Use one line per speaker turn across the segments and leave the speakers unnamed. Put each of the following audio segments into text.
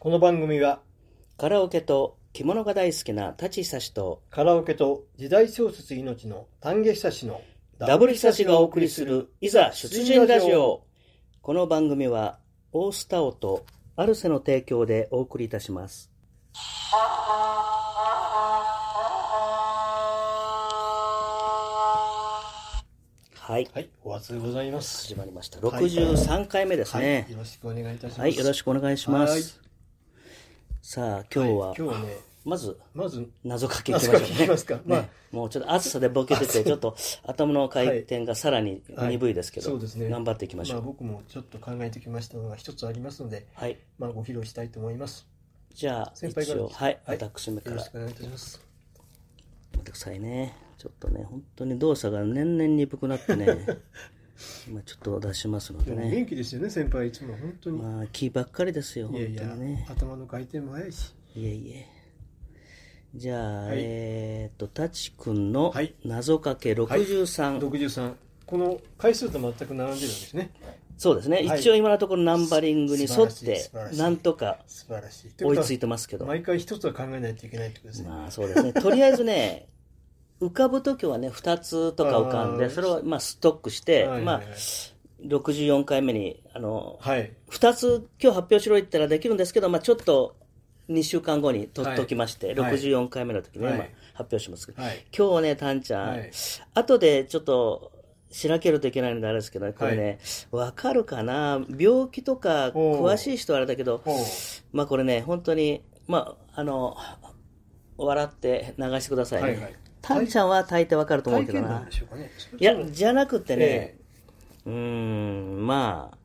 この番組は
カラオケと着物が大好きな舘久志と
カラオケと時代小説命の丹下久志の
ダブル久志がお送りするいざ出陣ラジオこの番組はオースタオとアルセの提供でお送りいたしますはい
はい、お初でございます。
始まりました
はい
63回目ですね
はい、よろしくお願いいたします。
はい、よろしくお願いしま
はい
す。さあ、今
い
日は、
今日はね、
まず、
まず、
謎かけいき
何す
ましょ
か
う
聞き
ね
ま。すか。まあ
ね、もうちょっと暑さでボケてて、ちょっと頭の回転がさらに
はい
鈍いですけど、
そうですね
頑張っていきまし
ま
ょ
あ
う。
僕もちょっと考えてきましたのが一つありますので、
はい。
まあご披露したいと思います。
じゃあ、
先輩
一
から
応、はい、
はい
私目か
よろ
ら。
し
待
くお願いいたします。
ってくださいね。ちょっとね、本当に動作が年々鈍くなっ てね、今ちょっと出しますの
で
で
も
ね。
元気ですよね、先輩いつも本当に。
まあ、気ばっかりですよ、
い
本
やい
当に
や
ね、。
頭の回転も早いし。
いえいえ。じゃあ、
はい
えーっと、タチ君の
はい
謎かけ63。
63。この回数と全く並んでるんですね。
そうですね、
はい
一応今のところナンバリングに沿っ
素晴らしい
て
素晴らし、い
なんとか
素晴らしい。
追いつい
て
てますけど、
毎回一つは考えないといけないってことですね。
まあそうです ね、とりあえずね、浮かぶときはね、2つとか浮かん
あ
で、
ー
それをまあストックして、
はい
まあ、64回目に、あの、
はい。
2つ今日発表しろ言ったらできるんですけど、まあちょっと2週間後に取っときまして、
はい
64回目の時に、ね
はい
まあ発表しますけど、
はい。
今日ね、たんちゃん、
はい
後でちょっと、しらけるといけないのであれですけどね、これね、わ、かるかな病気とか
おう
詳しい人はあれだけど、
ほう。
まあこれね、本当に、まあ、あの、笑って流してくださいね。
はいはい
たんちゃんは大抵わかると思う
体
けど
験な
なん
で。しょうかね。
いや、じゃなくてね
え、
うーん、ま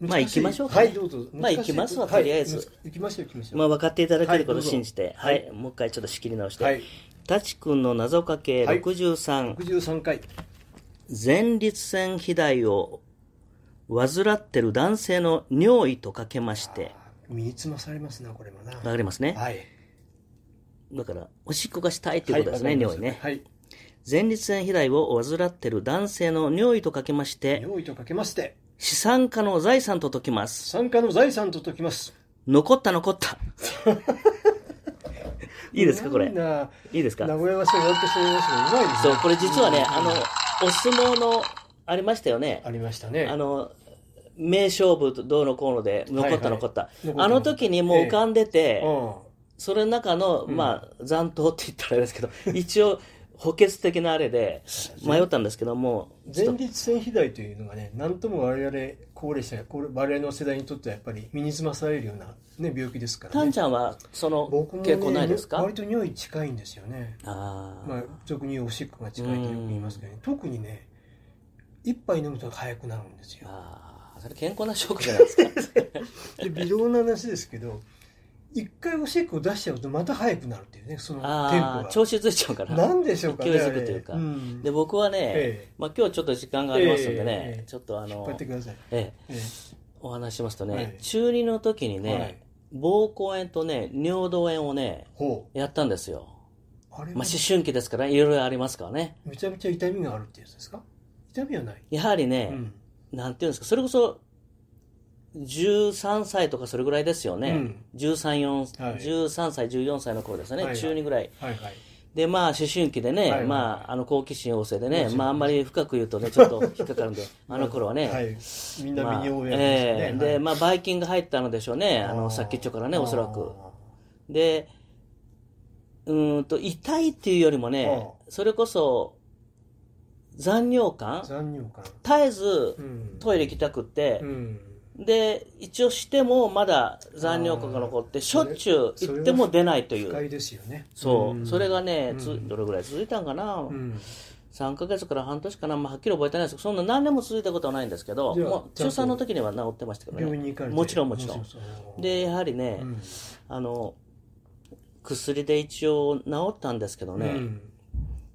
え
まあ行きましょうか
は
ね
い、どうぞ。
まあ行きますわ
難しい
とりあえず
はい行きましょう、行きましょ
あ、
う。
まあ分かっていただけることを
はいどうぞ
信じて、はい、もう一回ちょっと仕切り直して。
はい。
タチ君の謎かけ
はい
63、
63回。
前立腺肥大を患ってる男性の尿意とかけまして、
身につまされますな、これもな。
わかりますね。
はい。
だから、おしっこがしたいということですね、
はい
尿意ね。
はい。
前立腺肥大を患ってる男性の尿意とかけまして、
用意とかけまして、
資産家の財産と解きます。
参加の財産と解きます。
残った残った。 いいですか、これ
うまい。な。
いいです
名
か。
古屋はし終わってしまいましたけど、うまいです
そ
ね
う、これ実はね、あの、お相撲の、ありましたよね。
ありましたね。
あの、名勝負とどうのこうので、残
はいは
った
い
残った
残っ。た
あの時にもう浮かんでて、
う
それの中の、まあ、残党って言ったらあれで すけど、一応、補欠的なあれで、迷ったんですけども、
ん
ちょっ
前立腺肥大というのがね、なんとも我々高齢者、これ我々の世代にとってはやっぱり身につまされるような、ね、病気ですか
と
ら
タ
ね
ン。ちゃんは、その、
僕も、ね、
傾向ないですか
割と匂い近いんですよね。
ああ、
まあ、俗に言うおしっこが近いとよく言いますけど、ね、特にね、一杯飲むと早くなるんですよ。
あーそれ健康な証拠じゃない ですか。
で、微量な話ですけど、一回おしっこを出しちゃうとまた早くなるっていうね、そのテンポ
ああ、
が。
調子ついちゃうから。
なんでしょうかね。
勢いづくというか
あれん
で、僕はね、
ええ
まあ今日ちょっと時間がありますんで
ええ
ね、
ええ
ちょっとあ
引っ
の
張っ、てください。
ええ、
え
お話ししますとね、
はい
中二の時に
え
ね、
はい
膀胱炎とね、尿道炎をね、
ほ
やったんですよ。
う。あれは
まあ思春期ですから、いろいろありますからね。
めちゃめちゃ痛みがあるってやつですか痛みはない。
やはりね、
うん
なんていうんですか、それこそ、13歳とかそれぐらいですよね。
うん
13、4
はい
13歳、14歳の頃ですよね、
はいはい
中2ぐらい。
はいはい。
で、まあ、思春期でね、
はいはい
まあ、あの、好奇心旺盛でね、
そう
まあ、あんまり深く言うとね、ちょっと引っかかる んで、あの頃はね、
はい。みんな身に覚え
まあ
ありますよね
ええ。で、
はい
まあ、バイキンが入ったのでしょうね、あ
あ
の、
ー
先っちょからね、おそらく。
あ
で、うーんと、痛いっていうよりもね、それこそ、残尿
ー
感
残尿感。
絶えず
う、ん。
トイレ行きたくって
う、ん。
で、一応してもまだ残尿感が残って、しょっちゅう
それ
行っても出ないとい
不
う。
快ですよね。
そうう。
ん
それがね、
う
つ
ん
どれぐらい続いたんかな
うん。
?3 ヶ月から半年かなまあはっきり覚えてないですけど、そんな何年も続いたことはないんですけど、
じゃあ
もう
ちゃん
中
と
3の時には治ってましたけど
病院
ね。
に行かれて
もちろんもちろん
そうそう
で、やはりね、
うん
あの、薬で一応治ったんですけど
う
ね、
ん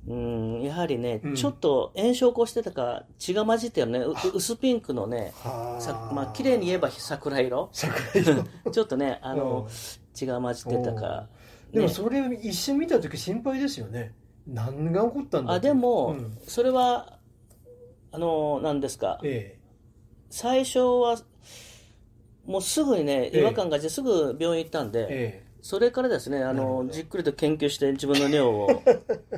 うん、やはりね、
うん
ちょっと炎症を起こしてたか、血が混じってるね、う薄ピンクのね、
はあ
さまあ綺麗に言えば桜色、
桜色
ちょっとね、あの、
うん
血が混じってたか、
でも
ね
それを一瞬見た時心配ですよね何が起こったんだ
あ
って
で
う
も、
ん
それは、あの、なんですか、
え
最初は、もうすぐにね、
ええ
違和感感じて、すぐ病院行ったんで、
え
それからですね、
な
あ
るほ
の、
ど
じっくりと研究して自分の尿 を、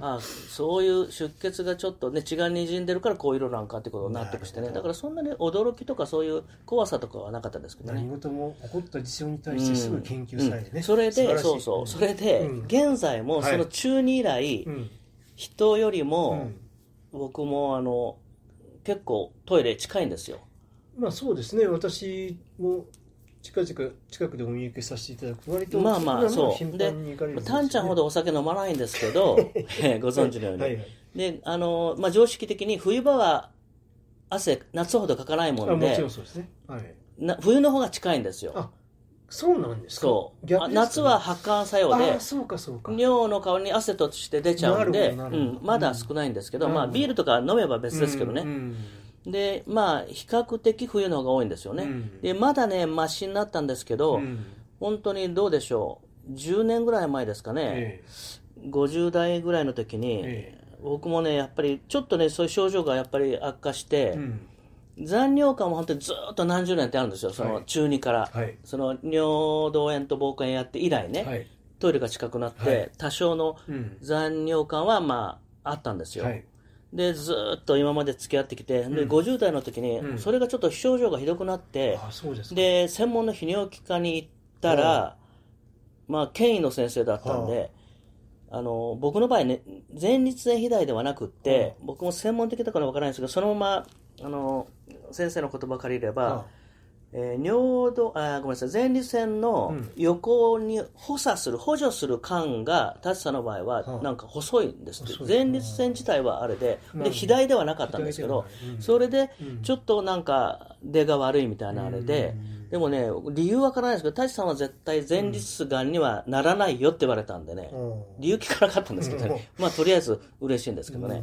あそういう出血がちょっとね、血が滲んでるからこういう色なんかってことになってくして
な
ね、
るほど
だからそんなに驚きとかそういう怖さとかはなかったですけ
え
ど
何
ね。
事も起こった事象に対してすぐ研究されてね、
うんそれ
素晴
で、
らしい
そうそう、それで、
うん
現在も
はい
その中2以来、
うん
人より
う
も、
ん
僕もあの、結構トイレ近いんですよ。
まあそうですね私も近々近くでお見受けさせていただく割と
まあまあそう
頻繁に行かれるんですね
タンちゃんほどお酒飲まないんですけ ど、ご存知のように。
はいはい
で、あの、まあ、常識的に冬場は汗、夏ほどかかないも
あ
ん
もち
で
ろん、そうですねはい
な冬の方が近いんですよ。
あそうなんですか
そう。
逆
あ
ですかね
夏は発汗作用
あ
で
あ、そうかそうか
尿の顔に汗として出ちゃうん
なる
で、
ほどな
う
るほど
ん、まだ少ないんですけど、
うん
まあ、ビールとか飲めば別
別
ですけどね。で、まあ、比較的冬の方が多いんですよね。
うん
で、まだね、マシになったんですけど、本当にどうでしょう。10年ぐらい前ですかね、
ええ
50代ぐらいの時に、
え
僕もね、やっぱりちょっとね、そういう症状がやっぱり悪化して、
えうん
残尿感も本当にずーっと何十年ってあるんですよ、そ
は
の
い
中二から、
はい
その尿道炎と膀胱炎やって以来ね、
はい
トイレが近くなって、
はい
多少の
うん
残尿感はまああったんですよ、
はい
でずーっと今まで付き合ってきて、で
うん
50代の時に、
うん
それがちょっと症状がひどくなって、
あそうですか
で専門の泌尿器科に行ったら、まあ、権威の先生だったんで、あの僕の場合ね、前立腺肥大ではなくって、僕も専門的だからわからないんですけど、そのままあの先生の言葉借りれば、
あ
えー尿道あーごめんなさい前立腺の
うん
横に補佐する補助する管が達さんの場合
は
は
あ
なんか細いんですって、
細い
前立腺自体はあれで
なるほ
で
ど
肥大ではなかったんですけど
肥大ではないうん
それで
うん
ちょっとなんか出が悪いみたいなあれで
うん
でもね理由わからないですけど達さんは絶対前立がんにはならないよって言われたんでね
うん
理由聞かなかったんですけどねまあとりあえず嬉しいんですけどね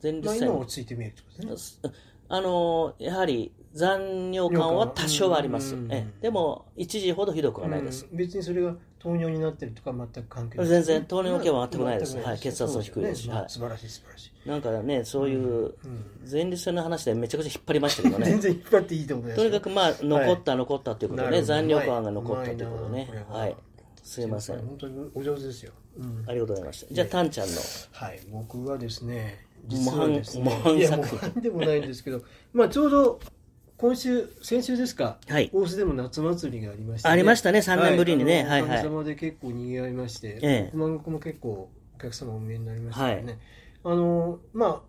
うん
前
まあ今
立腺
は落ち着いて見えるってことですね
あのやはり残尿感は多少はあります、
うん
ええでも一時ほどひどくはないです、
うん別にそれが糖尿になってるとか全く関係ない
全然糖尿系は全くないです
全く
はい血圧も低いですし
そうよね
はい
素晴らしい素晴らしい
なんかねそういう
うん
前立腺の話でめちゃくちゃ引っ張りましたけど
全
ね
然引っ張っていいと思います
と
よ
にかくまあ残った残ったということでね、
なるほど
残尿感が残っ
う
たと
まい
いうことね
うまいなこれは
はいすいませんあ
本当にお上手ですよ、うん
りがとうございましたじゃあタンちゃんの
はい僕はですね実はです
模
ね
範
いや
模
模
範作
範でもないんですけど まあちょうど今週先週ですか
はい
大須でも夏祭りがありました
ありましたね三年ぶりにね
はいあの
はいはい
おかげさまで結構賑わいまして、
ええ
熊谷も結構お客様お見えになりましたよね、あのまあ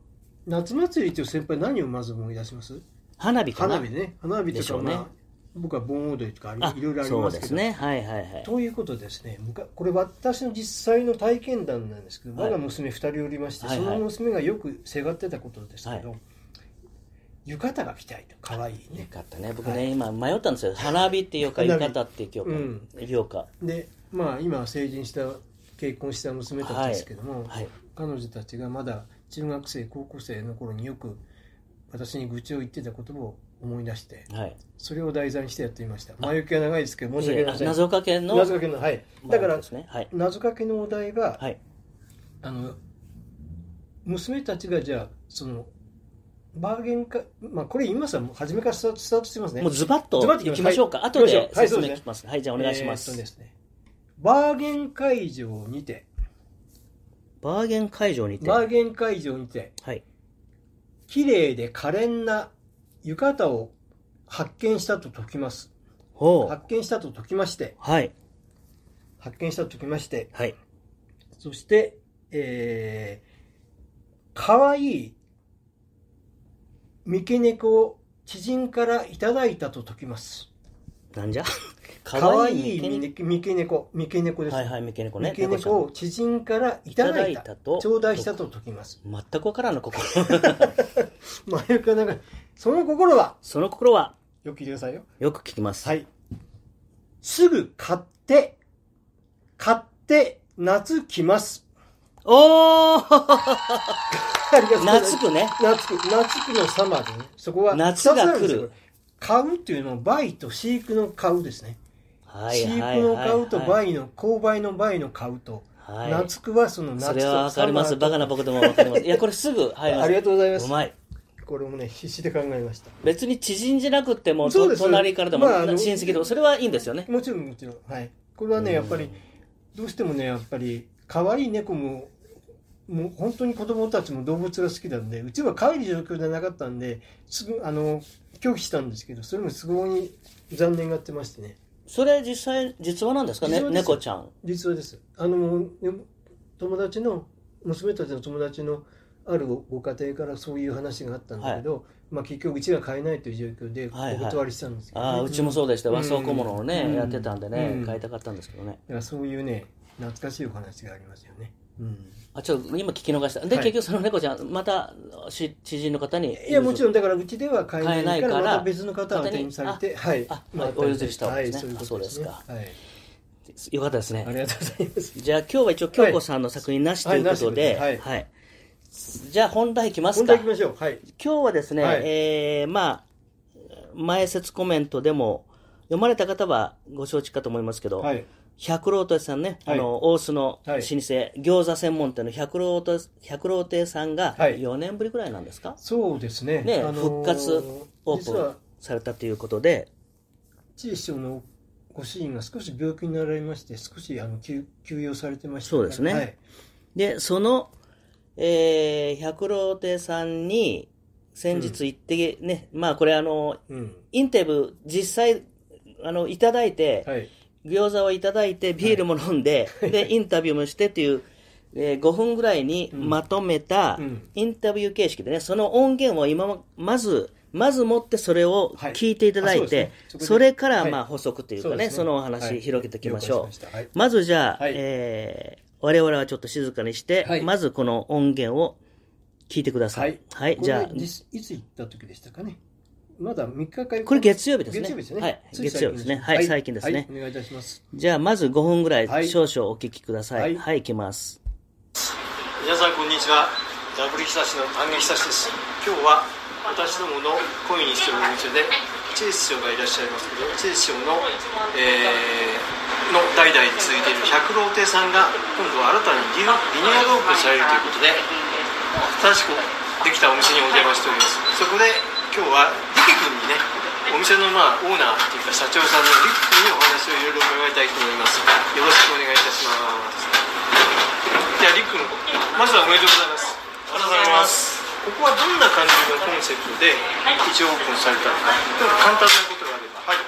夏祭りという先輩何をまず思い出します
花火かな
花火ね花火
で
と
しょ
か、
うね
まあ、僕は盆踊りとかあり
あ
いろいろあり
そ
ま
う
す
で
け
す
ど
ねはいはいはい
ということでですねむかこれ私の実際の体験談なんですけど
はい
我が娘2人おりまして、
はいはい
その娘がよくせがってたことですけど、浴衣が着たいと可愛い
よ
ね
かったね僕
は
ね今迷ったんですよ花火っていうか浴
花火
衣っていうか
うん
言おうか
でまあ今は成人した結婚した娘たちですけども、
はい
彼女たちがまだ中学生高校生の頃によく私に愚痴を言ってたことを思い出して
はい
それを題材にしてやってみました前置きは長いですけど申し訳ありません
謎かけの
謎かけのはいだから、
まあですねはい
謎かけのお題が、
はい
あの娘たちがじゃあそのバーゲンか、まあ、これ今さ初めからスタートスタートしてますね
もうズバッと
ズバッと
い
い
き
き
ま
ま
し
し
ょ
ょ
う
う
か
はい
後で
行きましょうはい
説
そ
明
うで
聞
すね
きますはいじゃあお願いします
えーっとですねバーゲン会場にて
バーゲン会場にて
バ
は
ーゲン会場にて
い
綺麗で可憐な浴衣を発見したと解きます
ほう
発見したと解きまして
はい
発見したと解きまして
はい
そしてえー、かわいい三毛猫を知人からいただいたと解きます
な んじゃ
かわい
三毛
い三毛猫、三毛猫です。
はいはい三毛猫ね
三毛猫を知人からいただい
いただ
た、
いたと
頂戴したと解きます。
猫ちゃん全くわからんの心
まあ、よくなんか、その心は、
その心は
よく聞いてくださいよ。
よく聞きます
はい。すぐ買って、買って、夏来ます。
おお
ありがとうございます
懐くね
夏く、夏くのサマーでね、そこは、
夏が
二つあ
来る
んですよ。これ買うっていうのは、売と飼育の買うですね。
はい
飼育
はいは
の
い
買うと、
は
売の、購買の売の買うと、
はい
夏くはその夏と
それはわかります
サマーと
バカな僕でもわかりますいやこれすぐ入ります
ありがとうございます
う。まい
これもね必死で考えました
別に知人じゃなくても、
そう
と
です
隣からでも、
まああの
親戚でも、それはいいんですよね。
もちろんもちろんはいこれはねやっぱりどうしてもねやっぱり可愛い猫ももう本当に子供たちも動物が好きなんでうちは飼える状況じゃなかったんですぐあの拒否したんですけどそれもすごい残念がってましてね
それ実際、実話なんですかね、
実話です
猫ちゃん。
実はですあのね友達の娘たちの友達のあるごご家庭からそういう話があったんだけど、まあ、結局うちが買えないという状況で
はいはい
お断りしたんですけどね、
ああ、うちもそうでした。和装小物を
う
ね、
ん
やってたんで
う
ね、
ん
買いたかったんですけどね。
だからそういうね懐かしいお話がありますよね、うん
あ、ちょっと今聞き逃した。で、
はい
結局その猫ちゃん、また、し知人の方に。
いやもちろ
ん。
んだからうちでは買えないから
買えないから
また別の方が手にされてはい
あ
まあ
お譲りしたわけですね
はいそういうことですね
あ
はい
よかったですね
あ。りがとうございます
じゃあ今日は一応京子さんの作品なしということで、
はいはいなしで
はいじゃあ本題いきます
本
か
題行きましょうはい
今日はですね、
はい
えーまあ前説コメントでも読まれた方はご承知かと思いますけど、
はい
百郎亭さんね、
はい
あの大須の老舗、
はい
餃子専門店の百郎亭百郎亭さんが
はい
4年ぶりぐらいなんですか、
そうですね
ね、
あのー
復活オー
実
プン
は
されたということで
知恵師匠のご主人が少し病気になられまして少しあの休休養されてました
そうですね
はい
で、その、えー、百郎亭さんに、先日行って、ね、まあこれあの、
うん
インタビュー、実際、あの、いただいて、
はい
餃子をいただいて、ビールも飲んで、で、インタビューもしてっていう、えー5分ぐらいにまとめた
うん
インタビュー形式でね、その音源を今も、まず、まず持ってそれを
はい
聞いていただいて、
あそうですねそこで
それから、
はい
まあ補足というか
う
ね、
です
そのお話、
はい
広げていきましょう
了。解しまたはい
まずじゃあ、
はい
えー我々はちょっと静かにして、
はい
まずこの音源を聞いてください。はい、
これ
じゃあ、
実いつ行った時でしたかねまだ3日間
これ月曜日ですね
月曜日ですね
はい
つい
月曜日ですねはい最近ですね
はいお願いいたします
じゃあまず5分ぐら
はいい
少々お聞きください。は、
はいい
はい、いきます。
皆さんこんにちはダブル日差しの丹下久志です今日は私どもの恋にしてるお店で知恵師匠がいらっしゃいますけど知恵師匠の、えーの代々続いている百老亭さんが今度は新たにリニュリニューアルオープンされるということで新しくできたお店にお邪魔しておりますそこで今日はリキ君にねお店のまあオーナーっていうか社長さんのリキ君にお話をいろいろ伺いたいと思いますよろしくお願いいたしますじゃあリックの方まずはおめでとうございますありがとうございますここはどんな感じのコンセプトで一応オープンされたのかちょっと簡単なことがあれば
はい、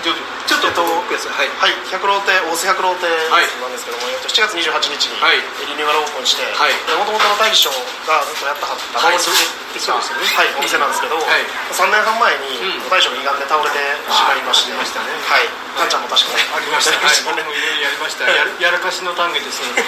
ちょっとちょっと遠くですはい
はい、百老亭大瀬百老亭なんですけども、えっと7月28日に
はい
リニューアルオープンして、
はい
もともとの大将がずっとやったはっ
は
た、
い
幻ってそうですよね、はい、お店なんですけ
は
ど、
い
3年半前に
うん
大将の胃がんで倒れてしまいまして、
あーありましたね
はい、かんちゃんも確かね、
ありましたはい
はい
僕もいろいろやりましたやるやらかしの単元ですね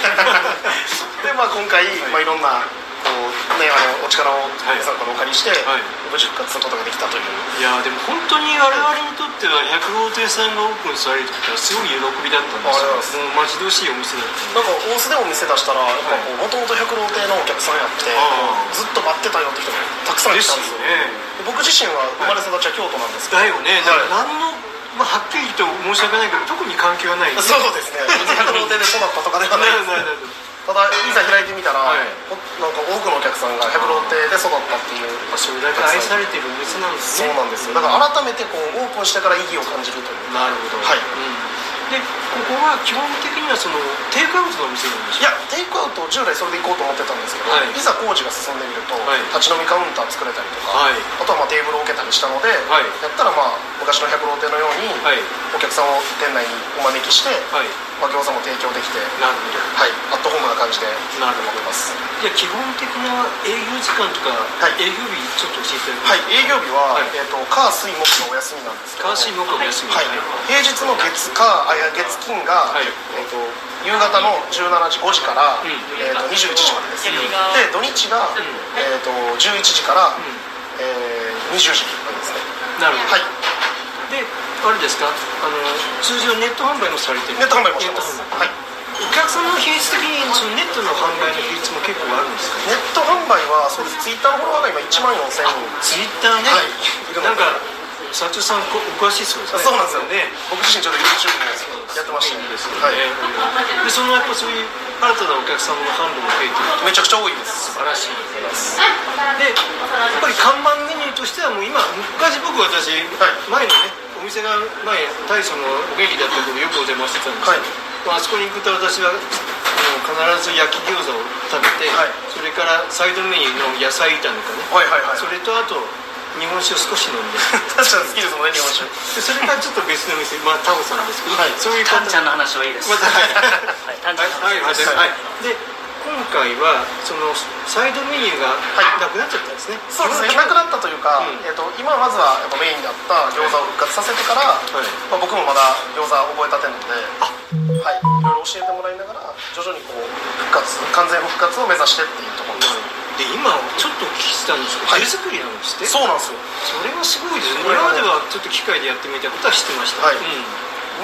で、まあ今回、い、まあいろんなこうねあのお力を
はい
皆さんからお借りして、
はい
無事復活することができたという。
いやーでも本当に我々にとっては百号亭さんがオープンされる時はすごい喜びだったんですよ
あり
もう
がとうござ
待ち遠しいお店だったんで
なんか大須でお店出したらやっぱこう元々百老亭のお客さんやって
あー
ずっと待ってたよって人がたくさんい
で
た
す
んです
よ
よ
ね
で僕自身は生まれ育ちは京都なんですけど
だよねだから
はい
何の、まあ、はっきりと申し訳ないけど特に関係はない
そうで すね別に百老亭で育ったとかでは
な
な
るほど
いです
なるほど
ただいざ開いてみたら、
はい
ほなんか多くのお客さんが百老亭で育ったっていう
それだけ愛されてるお店なんです
そう
ね
なんですよだから改めてこうオープンしてから意義を感じるという
なるほど
はい
うんでここは基本的にはそのテイクアウトのお店なんでし
い
ょ
やテイクアウトを従来それで行こうと思ってたんですけど、
はい
い、ざ工事が進んでみると、
はい
立ち飲みカウンター作れたりとか、
はい
あとはまあテーブルを置けたりしたので、
はい
やったらまあ昔の百老亭のように、
はい
お客さんを店内にお招きして、
はい
まあ、餃子も提供できて、は
なるほど
い、アットホームな感じで
なる
思
ほ
い
ど
ます
いや基本的な営業時間とか、
はい
営業日ちょっと教えて
はい営業日
は
は、
い
えー、と火水木がお休みなんですけ
カ
ど
ーシー木曜休み
はい、平日の月火あいや月金が、
はい
えー、と夕方の17時5時から、
うん
えー、と21時まで
う
です、
ん
で土日が、えー、と11時から、
ん
えー、20時までですね
なるほど、
はい
であれですかあの通常ネット販売もされてる
ネット販売もしてます
ネット販売
はい
お客さんの比率的にそのネットの販売の比率も結構あるんですか
ネット販売はそうですツイッターのフォロワーが今1万4000人
ツイッターね、
はい
なんか社長さんこお詳しいそうですね
そうなんですよ
ね
僕自身ちょっと YouTube もやってまし
いい
たね
ですよね、
は
で
い
そのやっぱそういう
新たなお客様の販路の提
め
供
ちゃくちゃ多いです
素晴らしいですでやっぱり看板メニューとしてはもう今昔僕私、前のねお店が前大将のお元気だったとこよくお邪魔してたんですけ
はい
ど、まああそこに行くと私はもう必ず焼き餃子を食べて、
はい
それからサイドメニューの野菜炒めかね
はいはいはい
それとあと日本酒を少し飲んで
確かに好きですもんね日本酒
でそれからちょっと別の店まあタオさんですけど、
はい
そういう
タンちゃん
の
の話はいいです。
また
はい、タンちゃんの
はい、
話。
はい、で今回はそのサイドメニューが
はい
なくなっちゃったんですね、
そうですねなくなったというか、
うん
えっと今まずはやっぱメインだった餃子を復活させてから、
い
まあ、僕もまだ餃子覚えたてなのではいいろいろ教えてもらいながら徐々にこう復活完全復活を目指してっていうところです、
で今ちょっとお聞きしたんですけど、
はい
手作りなんですって
そうなんですよ
それはすごいですね
こ
今
れは
まではちょっと機械でやってみたことは知ってました、
はい
うん、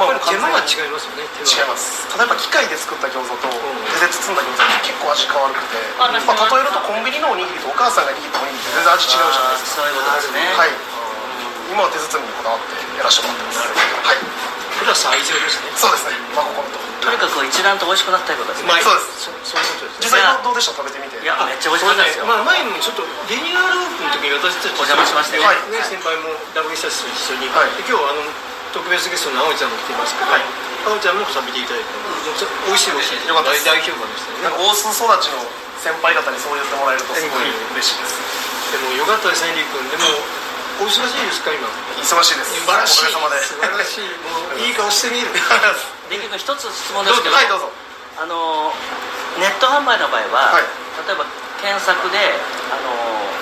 まあ
やっぱり手間が
完全に
違いますよね手
違い
間が
ます例えば機械で作った餃子と手
ん
で包んだ餃子って結構味変わるくて、
あ
まあ、例えるとコンビニのおにぎりとお母さんが握ったおにぎりって全然味違うじゃないですか
そういうことですね。
はい今は手包みにこだわってやらせてもらってますはい
プラス愛情ですね
そうですね真心と
とにかく一段と美味しくなったいうことですね。
まあ
そうです
そそういうことで
実
す
際どうどうでした食べてみて
いや、めっちゃ美味しかったですよ。
まあ、前にもちょっとリニューアルオープンの時に私たち
お邪魔しましたよ
はいね、先輩も W 久志と一緒に、
はい
で今日あの特別ゲストの葵ちゃんも来てますけど、
はい
葵ちゃんも食べていただいて、美味しい美味しい
よかったです
大大評判でした
なんか大
よね
須育ちの先輩方にそう言ってもらえるとすごい嬉しいです
でもよかったですねりくんでもお忙しいですか今
忙しいですおかげさまで
素晴らしいもういい顔して みる
で、結局一つ質問で
どう
すけ
ぞ
ど、
はいどうぞ
あのネット販売の場合は、
はい
例えば検索であの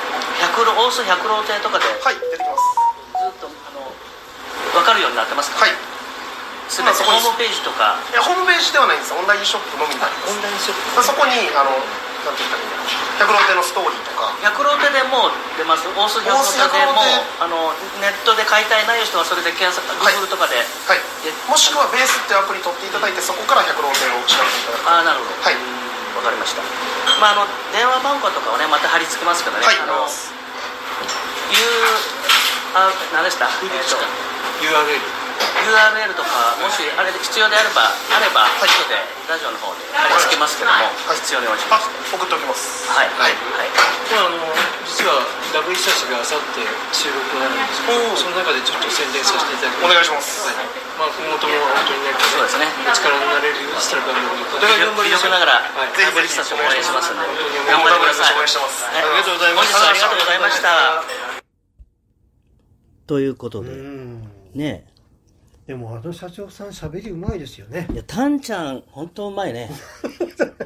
百郎大須百郎亭とかでず
はい出てきます
っとあの分かるようになってますか。
はい
すべて
今そこ
ホームペ
に
ージとか。
いやホームページではないんですオンラインショップのみになります
ラインショップ
そこにあのなんていうかね百郎亭のストーリーとか
百郎亭でもう出ます大須百郎亭でもあのネットで買いたいない人はそれで検索グ
はい
ーグルとかで、
はいもしくはベースっていうアプリ取っていただいてそこから百郎亭を調べていた
ああ
だく
なるほど
はい
わかりましたまああの電話番号とかをねまた貼り付けますからね、
はい
あのいうあ何でした、えー、と
URL
URL とかもしあれで必要であればあれば
い
後でラジオの方で貼り付けますけども、
はい
必要に応じ
あ
ます
送っておきます
はいはいはい
まああの実は W 久志があさって収録があるんですけ
おう
どその中でちょっと宣伝させていただき
お願い
し
します
はいまあ今後とも本当にね
そうですね
力になれるようにしたら頑張りますお
魅
互い頑張りまし
力
ょう
ながら
はい
ぜひ
頑張り久しぶり応援しますんで
本当に
頑張ってください
応援してます
はい
ありがとうございま
本
す
日はありがとうございました
ということ
う
で、
ん
ね
でもあの社長さん喋りうまいですよね
え。いや、タンちゃん、本当うま いね。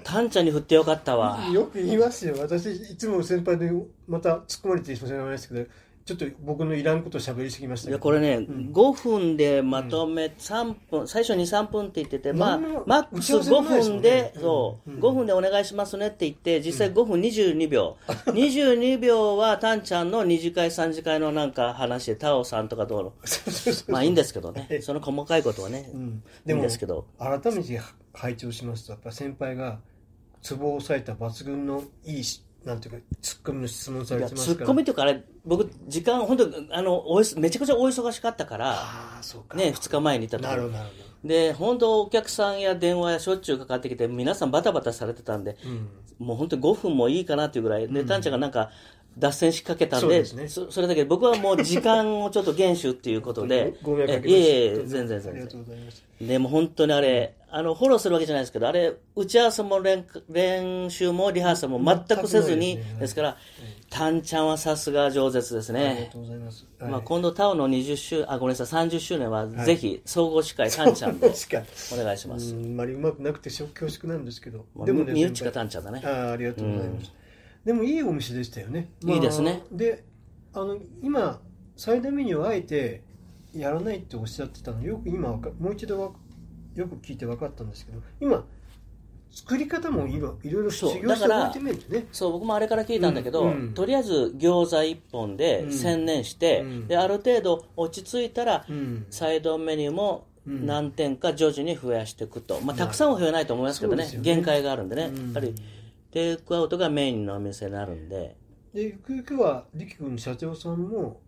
タンちゃんに振ってよかったわ。
よく言いますよ。私、いつも先輩でまた突っ込まれてしまいますけど、ちょっと僕のいらんこと喋りすぎまし
い
たけ
や
ど。
これね、5分でまとめ3分、最初に3分って言ってて、まあ
何の、
マッ
打
クス
ち合わせもないで
5
すも
分
んね
で、そう、5分でお願いしますねって言って、実際5分22秒。22秒は、タンちゃんの2次会、3次会のなんか話で、タオさんとかどうの。
そうそうそう
まあいいんですけどね。その細かいことはね
う。ん
いい
で
ん
も
ですけど。
改めて拝聴しますとやっぱ先輩がツボを押さえた抜群のいいしなんていうかツッコミの質問さ
い
れ
や
てま
ツ
すか
ッ
ら
コミというか、あれ、僕、時間、本当あの、おいめちゃくちゃお忙しかったから、
ああそうか
ね、2日前にいた時
なるほどなる
で、本当お客さんや電話やしょっちゅうかかってきて、皆さんバタバタされてたんで、
ほど、うん、
もう本当に5分もいいかなっていうぐらい、で、タンちゃんがなんか、脱線しかけたん
そう
で、
です
そ
ね
それだけど僕はもう時間をちょっと厳守っていうこ
、
とで
ご迷惑かけ
え
ま
い
した
えいえ、全
あ
然
り
全
がと
然。
うございます
でも本当にあれ、あの、フォローするわけじゃないですけど、あれ、打ち合わせも練練習もリハーサルも全くせずに、
全くないですね
ですから、タンちゃんはさすが上舌です
ありが
ね
と。うございます、はい
まあ、今度、タオの20周、あ、ごめんなさい、30周年は、
はい
ぜひ、総合司会、タンちゃんで、
確かに
お願いします。
うんあんまりうまくなくてしょ恐縮なんですけど、
まあ
でも
身内
先輩
がタンちゃんだね。
ああありがとうございます、でもいいお店でしたよね、
いいですね
であの今サイドメニューをあえてやらないっておっしゃってたのよく今わかもう一度わよく聞いて分かったんですけど今作り方も今いろいろ修
そう
行
だ
して
から
覚えてみるとね
そう、僕もあれから聞いたんだけど、
うんうん
とりあえず餃子1本で
うん
専念して、
うん
で、ある程度落ち着いたら、
うん
サイドメニューも
うん
何点か徐々に増やしていくと。まあ、たくさんは増えないと思いますけどね、
そうですよね
限界があるんでね。
うん
やっぱり、テイクアウトがメインのお店になるんで、
でゆくゆくは力君の社長さんも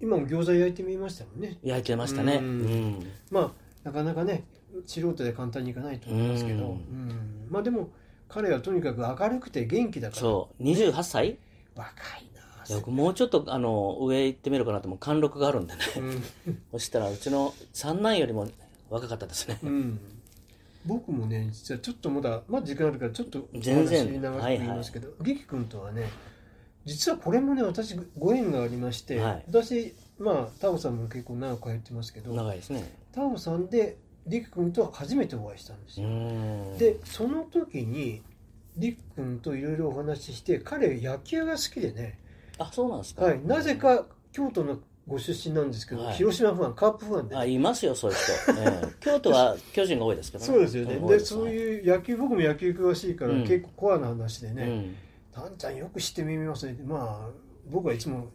今も餃子焼いてみましたもんね
焼いてましたね。う
うんんまあなかなかね素人で簡単にいかないと思いますけど、
うん
うんまあでも彼はとにかく明るくて元気だから
そう、28歳
若いなあ
いや僕もうちょっとあの上行ってみるかなと思う貫禄があるんでね
うん
そしたらうちの三男よりも若かったですね
うん、僕もね実はちょっとまだまだ時間あるからちょっとお
全
話
然
長く言いますけど、リキ君とはね実はこれもね私ご縁がありまして、
はい
私まあタオさんも結構長く通ってますけど
長いですね
タオさんでリキ君とは初めてお会いしたんです
う
よ、
ーん
でその時にリキ君といろいろお話しして彼野球が好きでね、
あそうなんですか
はい、なぜか京都のご出身なんですけど、
はい
広島ファンカープファンで
あいますよそういう人、ええ京都は巨人が多いですけど、
そうですよね。
ん
で、そういう野球、僕も野球詳しいから、
うん
結構コアな話で
う
ね、
ん
た、んちゃんよく知ってみますね。まあ、僕はいつも、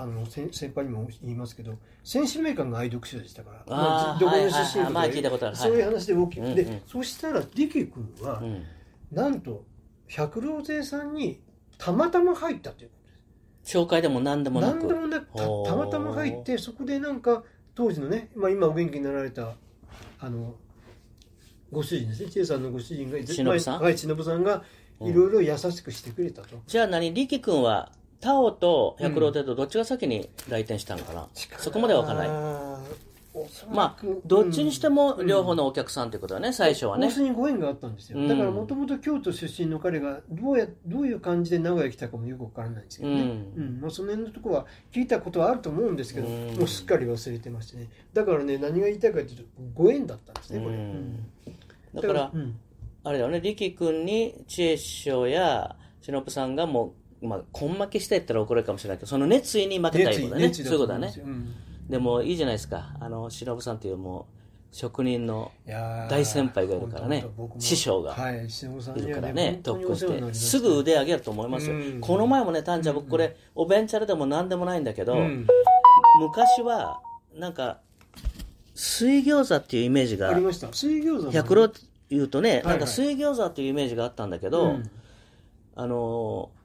あの先先輩にも言いますけど、選手名鑑が愛読書でしたから、ま
あ
あ
ー
どこの出
はい
身
はい
と
まあ
か
聞いたことあるはい
そういう話で大きく、
うんうん
で、そしたら、リキ君は、
うん
なんと、百老亭さんにたまたま入ったという。
紹介でも何でもな
なん
く
でもなくた
ほう
たまたま入ってそこでなんか当時のね、まあ、今お元気になられたあのご主人ですね千恵さんのご主人が
忍さん
前はい忍さんが
うん
いろいろ優しくしてくれたと、
じゃあ何力君はタオと百郎亭とどっちが先に来店したのかな、そこまでは分からない
ない
まあどっちにしても両方
の
のお客さんということだね最初は
大
ね
須にご縁があったんですよ、
うん
だからもともと京都出身の彼がどうやどういう感じで名古屋来たかもよくわからないんですけどね、
う
うんんまあ、その辺のところは聞いたことはあると思うんですけど、
うん
もうすっかり忘れてましてねだからね何が言いたいかというとご縁だったんですねこれ、
うん
うん
だから
うん
あれだよね、力君に知恵師匠や忍さんがもう、まあ、根負けして言ったら怒られるかもしれないけど、その熱意に負けたいことだね。
熱
そ
意熱意
ういうこと
と
だ
思ん
ね
です。ようん
でも、いいじゃないですか。あの、忍さんというもう、職人の、
いやー
大先輩がいるからね
本当僕も
師匠が
はい忍さん
い
には
るからね、特
本当にお世
訓
話
し
になり
て、
まし
す
た
ぐ腕上げると思いますよ
う。ん
この前もね、丹ちゃん、僕こ
う
れ、おベンチャルでも何でもないんだけど、
うん
昔は、なんか、水餃子っていうイメージ
あ
が
り、ました水餃子も
百郎言うとね、
い
なんか水餃子っていうイメージがあったんだけ
う
ど、
ん
あのー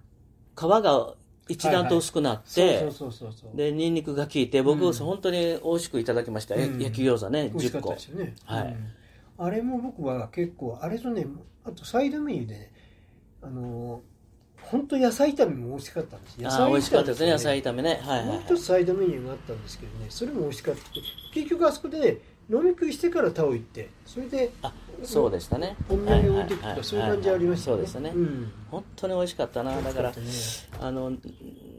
皮が一段と薄くなって、
そうそうそうそう
でニンニクが効いて僕、
うん
本当に美味しくいただきました、
うん
焼き餃子ね
美味しかっ
10
た
個
ですよね、
はい
うんあれも僕は結構あれとねあとサイドメニューでねあの本当野菜炒めも美味しかったんです野
あ
菜
ー美味しかったですね野菜
炒
炒めねはいはい
めも
は
う
い
一つサイドメニューがあったんですけどねそれも美味しかった結局あそこでね飲み食いしてからタオ行ってそれで
あそうでしたね
お土産置いていくとかそういう感じありました
そうですね、
うん
本当に美味しかったなだから
美味し
あの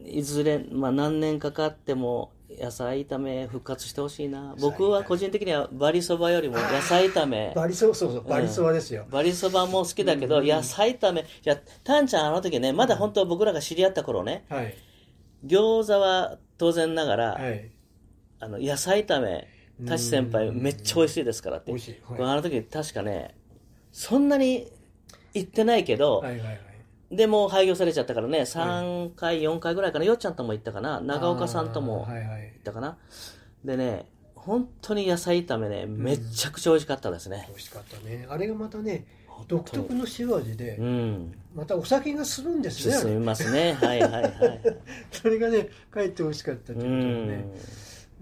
いずれ、まあ、何年かかっても野菜炒め復活してほしいな僕は個人的にはバリそばよりも野菜炒 め
バリそうそうそうバリそばですよ、
バリそばも好きだけど、野菜炒め、いや、タンちゃんあの時ね、まだ本当僕らが知り合った頃ね、
はい
餃子は当然ながら、
はい
あの、野菜炒め、タシ先輩
うん
めっちゃ美味しいですからって。
美味しいはい
僕あの時確かね、そんなに行ってないけど、
はいはいはい
でもう廃業されちゃったからね、3回、4回ぐらいかな、よっちゃんとも行ったかな、長岡さんとも
あー
行
はいはい
ったかな。でね、本当に野菜炒めね、めちゃくちゃ美味しかったですね
美。味しかったねあれがまたね独特の塩味で、
うん。
またお酒がするんですねあ
進み
れ
ますね。はいは いはい。
それがねかえって美味しかったという
う
ことでね
ん。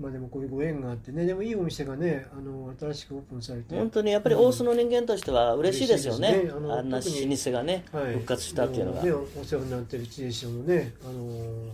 まあでもこういうご縁があってねでもいいお店がねあの新しくオープンされて
本当にやっぱり大須の人間としては嬉しいですよね、
嬉しいですねあの
あんな老
特に
舗がね、
はい
復活したっていうのが、
もね、お世話になってる知恵師匠のね、あのー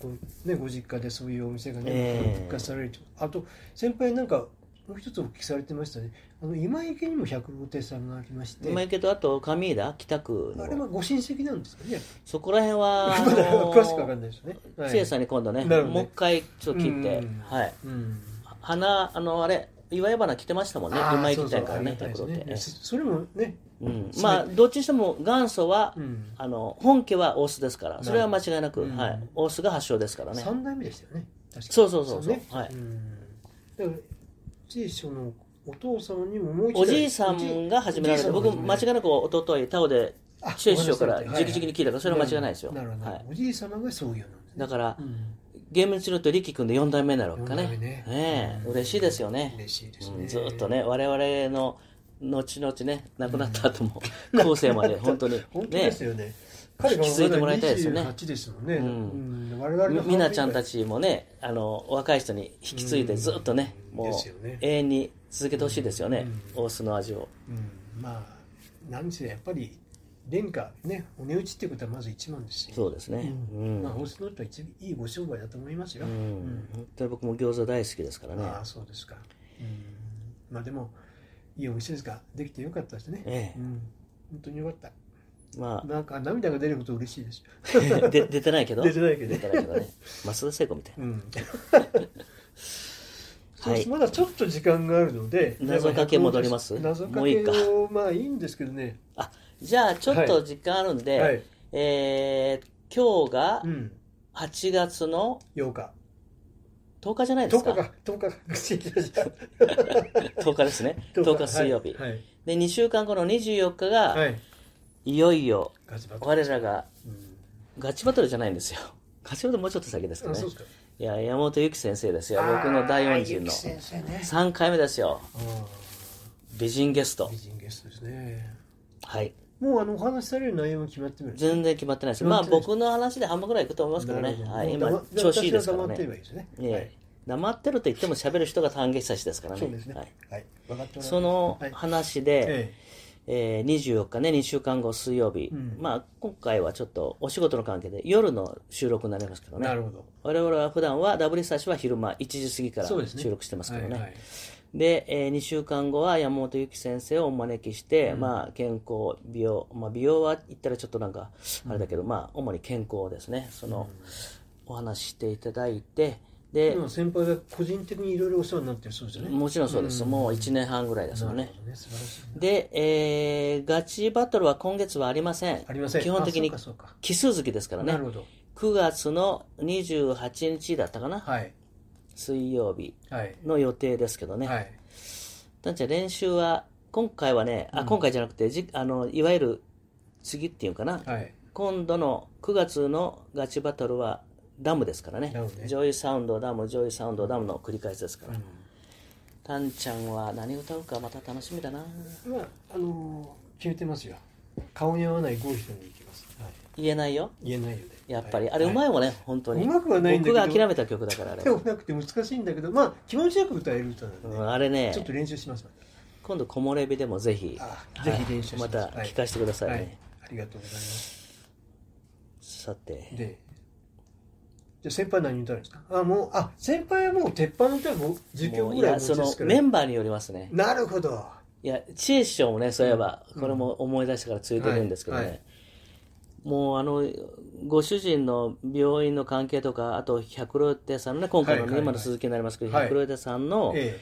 ごごね、ご実家でそういうお店がね、
ええ
復活されるとあと先輩なんかもう一つお聞きされてましたねあの今池にも百郎亭さんがありまして
今
あ
池とあと上井田北区
れは
の
ご親戚なんですかね
そこら辺はあ
まだ
の
詳しくわかんないですね、はい
知恵さんに今度ね
なるほどね
もう一回ちょっと聞いて、
うん
はい
うん
花あのあれ岩井花来てましたもんね
あー
今井たいからね
そう
と
そうあ
いう
りがた
こと
い
で、
ですねそそれもね、
うん、まあどっちにしても元祖は、
うん
あの本家は大須ですからそれは間違いなく、
うん
はい、大須が発祥ですからね
三代目でしたよね確か
そうそうそうそう
ね
はい
うんだから知恵師匠のお父さんにももう一代
おじいさんが始められて、
おじいさんが
僕、
始め
間違いなく一昨日タオで、知恵師匠から
あ
直々に聞いたから、それは間違いないですよ。
なるほど、
はい
おじい様がそういうのなんですね
だから
う、ん
ゲームにすると力君で4代目になるわけか
四
ね
代目。ね
ねえ
うん
嬉しいですよね。
嬉しいです
う
ね、
んずっとね、我々の、後々ね、亡くなった後も、 後世まで、本当に。
本当で
ね
すよね彼が
引き継いでもらいたいですよね
まだ28ですもんね、
うん
うん我々の
みみなちゃんた
ち
ちもね、あの、若い人に引き継いでずっとね、
うん
も
ですよ
う
ね、
永遠に続けてほしいですよね、
うん
大須の味を。
うん、まあなんせやっぱり廉価ねお値打ちってことはまず一番ですし
そうですね。う
うん
ん。
まあ大須の人は一いいご商売だと思いますよ、
うん本当に僕も餃子大好きですからね。
ああそうですか、うん、まあでもいいお店ですかできてよかったですね、
ええ
うん、本当によかった
ま
なんか涙が出ること嬉しいです
あ、で出てないけど。
出てないけど
出てないけどね。増田聖子みたいな。
うん
はい
そうですまだちょっと時間があるので
謎かけ戻ります
謎か
もうい
け
いか
をまあいいんですけどね
あ、じゃあちょっと時間あるんで、
はい、
えー、今日が
うん、
8月の
8日
10日じゃないで
10
すか。
日か10日か
10日ですね。10日水曜日。
はい
で、2週間後の24日が、
はい、
い、
はい
よいよ、
ガチバトル
我らが
うん
ガチバトルじゃないんですよ。ガチバトルもうちょっと先ですか
あ
ね
そう。ですか
いや、山本由紀先生ですよ。僕の大恩人の。
先生ね
3回目ですよ。
あー
美人ゲスト
美。人ゲストですね
はい。
もうあのお話しされる内容も決まってくる
全然決まってないです。
決ま
ま
っ
あ
てない
僕の話で半分ぐらいいくと思いますけど
な
ね
るほ。ど
はい。
も
今
う、黙
調子いいですか
私
ら
は黙ってれば
ね。
いいですね
ええ。黙ってると言っても喋る人が丹下久志ですからね。
そうですね
はい。
はい分かってもらえます
その
はい
話で、
え
えー24日ね、2週間後水曜日
うん。
まあ今回はちょっとお仕事の関係で夜の収録になりますけど
え
ね。
なるほど
我々は普段はダブリサーチは昼間1時過ぎから
そうですね
収録してますけど
はい
ね
はい
で、え2週間後は山本由紀先生をお招きして、
うん
まあ健康美容、まあ、美容は言ったらちょっとなんかあれだけど、まあ主に健康ですねその、お話ししていただいてで、
でも先輩が個人的にいろいろお世話になってるそうじゃない
もちろんそうです、
うん
もう1年半ぐらいですよ
な
ね
るほど素晴らしい
で、えーガチバトルは今月はありません
ありません
基本的に
あそうかそう
奇数月ですか
からな
ね
るほど
9月の28日だったかな、
はい
水曜日
はい
の予定ですけどね、
はい
たんちゃん練習は今回はね、あ
うん
今回じゃなくてじあのいわゆる次っていうかな、
はい
今度の9月のガチバトルはダムですからね
ダムね
ジョイサウンドダムジョイサウンドダムの繰り返しですから、
うん
たんちゃんは何歌うかまた楽しみだな
まああのー決めてますよ顔に合わないゴーヒトに行きますはい
言えないよ
言えないよね
やっぱり、
はい
あれうまい
は
もんね、本当に
うまくはないんだけど
僕が諦めた曲だからあれ
手をなくて難しいんだけどまあ気持ちよく歌える歌なんで、
うんあれね
ちょっと練習しますま
今度木漏れ日でもぜひ、
あ
はい
ぜひ練習しま
ま
す
た
はい
聞かせてくだ
た
さいね、
はい、ありがとうございます
さて
でじゃあ先輩何歌うんですかあもうあ先輩はもう鉄板の歌も10曲
もうい
ぐらい
や
持
そ
ちで
の
すから
メンバーによりますね
なるほど
いや、知恵師匠もね、そういえば、
うん
これも思い出してからついてるんですけどね、
はいはい
もうあの、ご主人の病院の関係とか、あと百郎亭さんのね、今回の、ね
はいはいはい
今の続きになりますけど、
はい
百郎亭さんの,、
え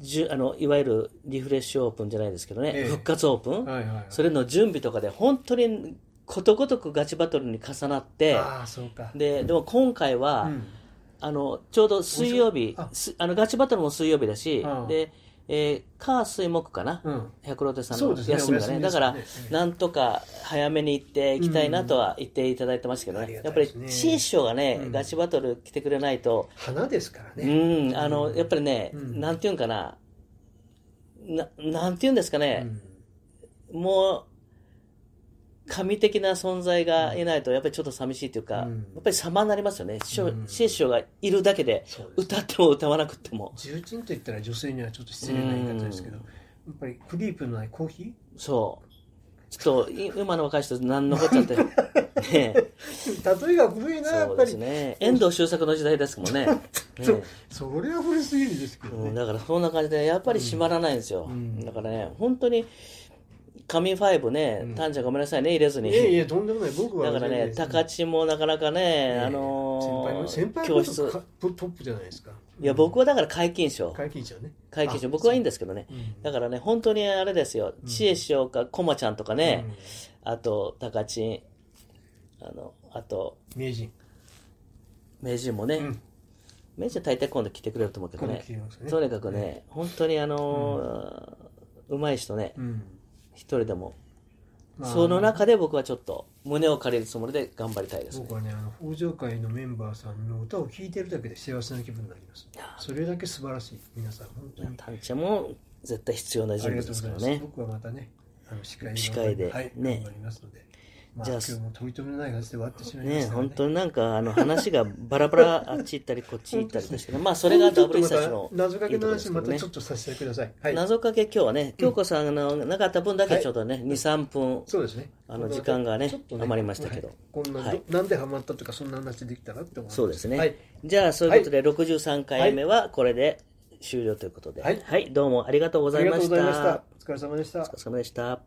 じゅあの、いわゆるリフレッシュオープンじゃないですけどね、
ええ
復活オープ
え
ン、
はいはいはい
それの準備とかで、本当にことごとくガチバトルに重なって、
ああそうか
ででも今回は、
うん
あのちょうど水曜日
あ
すあのガチバトルも水曜日だし、
うん
で、えー火水木かな、
うん
百郎亭さん
そ
の
うですね
休みが
お休
ね
みで
だ
す
か
からねええ
なんとか早めに行っていきたいなとは言っていただいてますけど
あ
ね、
りが
や
た
っ
い
ぱ
で
り
すね
知恵師匠がね、
うん
ガチバトル来てくれないと、
花ですから
う
ね
んあのやっぱりね、
うん
なんていうんかなななんていうんですかね、もう神的な存在がいないとやっぱりちょっと寂しいというか、
うん
やっぱり様になりますよね師匠
うん
知恵師匠がいるだけで
そうです
歌っても歌わなくても
重鎮と言ったら女性にはちょっと失礼な言い方ですけど
う
やっぱりクリープのないコーヒ
そうちょっとい今の若い人何残っちゃっ てねえ
ー例えが古いなや
そ
っ
う
ぱ
で
り
すね。遠藤周作の時代ですもん ね。ね
そうそれは古すぎるですけど
う
ね
んだからそんな感じで、やっぱり閉まらないんですよ。
うん
だからね、本当に、神ファイブね
うん、
タンちゃんごめんなさいね、入れずに。
いやいやとんでもない僕は
だからね、
全然
高知もなかなかね、あのー
先輩も
教
先輩こそ
室。
かトトップじゃないですか
いや、僕はだから皆勤賞。
会計長ね
皆勤賞。
あ
僕はいいんですけどね。
うん
だからね、本当にあれですよ、知恵師匠か、こまちゃんとかね、あと、高知、あの、あと、
うん名人
名人もね、
うん
名人は大体今度来てくれると思うけど
この
ね
切。りますね
とにかくね、本当にあのーうまい人ね、
うん
一人でも、
まあ
その中で僕はちょっと胸を借りるつもりで頑張りたいですね
僕。はねあの北条会のメンバーさんの歌を聴いてるだけで幸せな気分になりますそれだけ素晴らしい皆さん本当に
タンちゃんも絶対必要な
あ
人
り
物
がとうござ
です
い
から
ます、
ね。
僕はまたねあの司会の
司会で
はい、
ね
頑張りますのでまあ、
じゃあ
今日も取り留めのない話で終わってしまいま
ね
したが
本当になんかあの話が バラバラあっち行ったりこっち行ったりですけど、まあそれが
ちょ
ダ
っ
ブ
と
ル
ま
日差したの
謎か
い
け
いと
の
ころです
話
けど
また
ね
ちょっ。とさせてください。はい。
謎かけ今日はね、京子さんのなかった分だけちょうどね、2、3分
そうですね。
あの時間がね
ちょっと
余りましたけど
はいこんな、
はい
どなんでハマったとかそんな話できたらって思います。
そうですね。
はい。
じゃあ、そういうことで、63回目はこれで終了ということで。
はい
どうもありがとうご
あ
ざい
りが
ま
とうご
し
ざいましたた。。お疲れ様でした
お疲。れ様でした。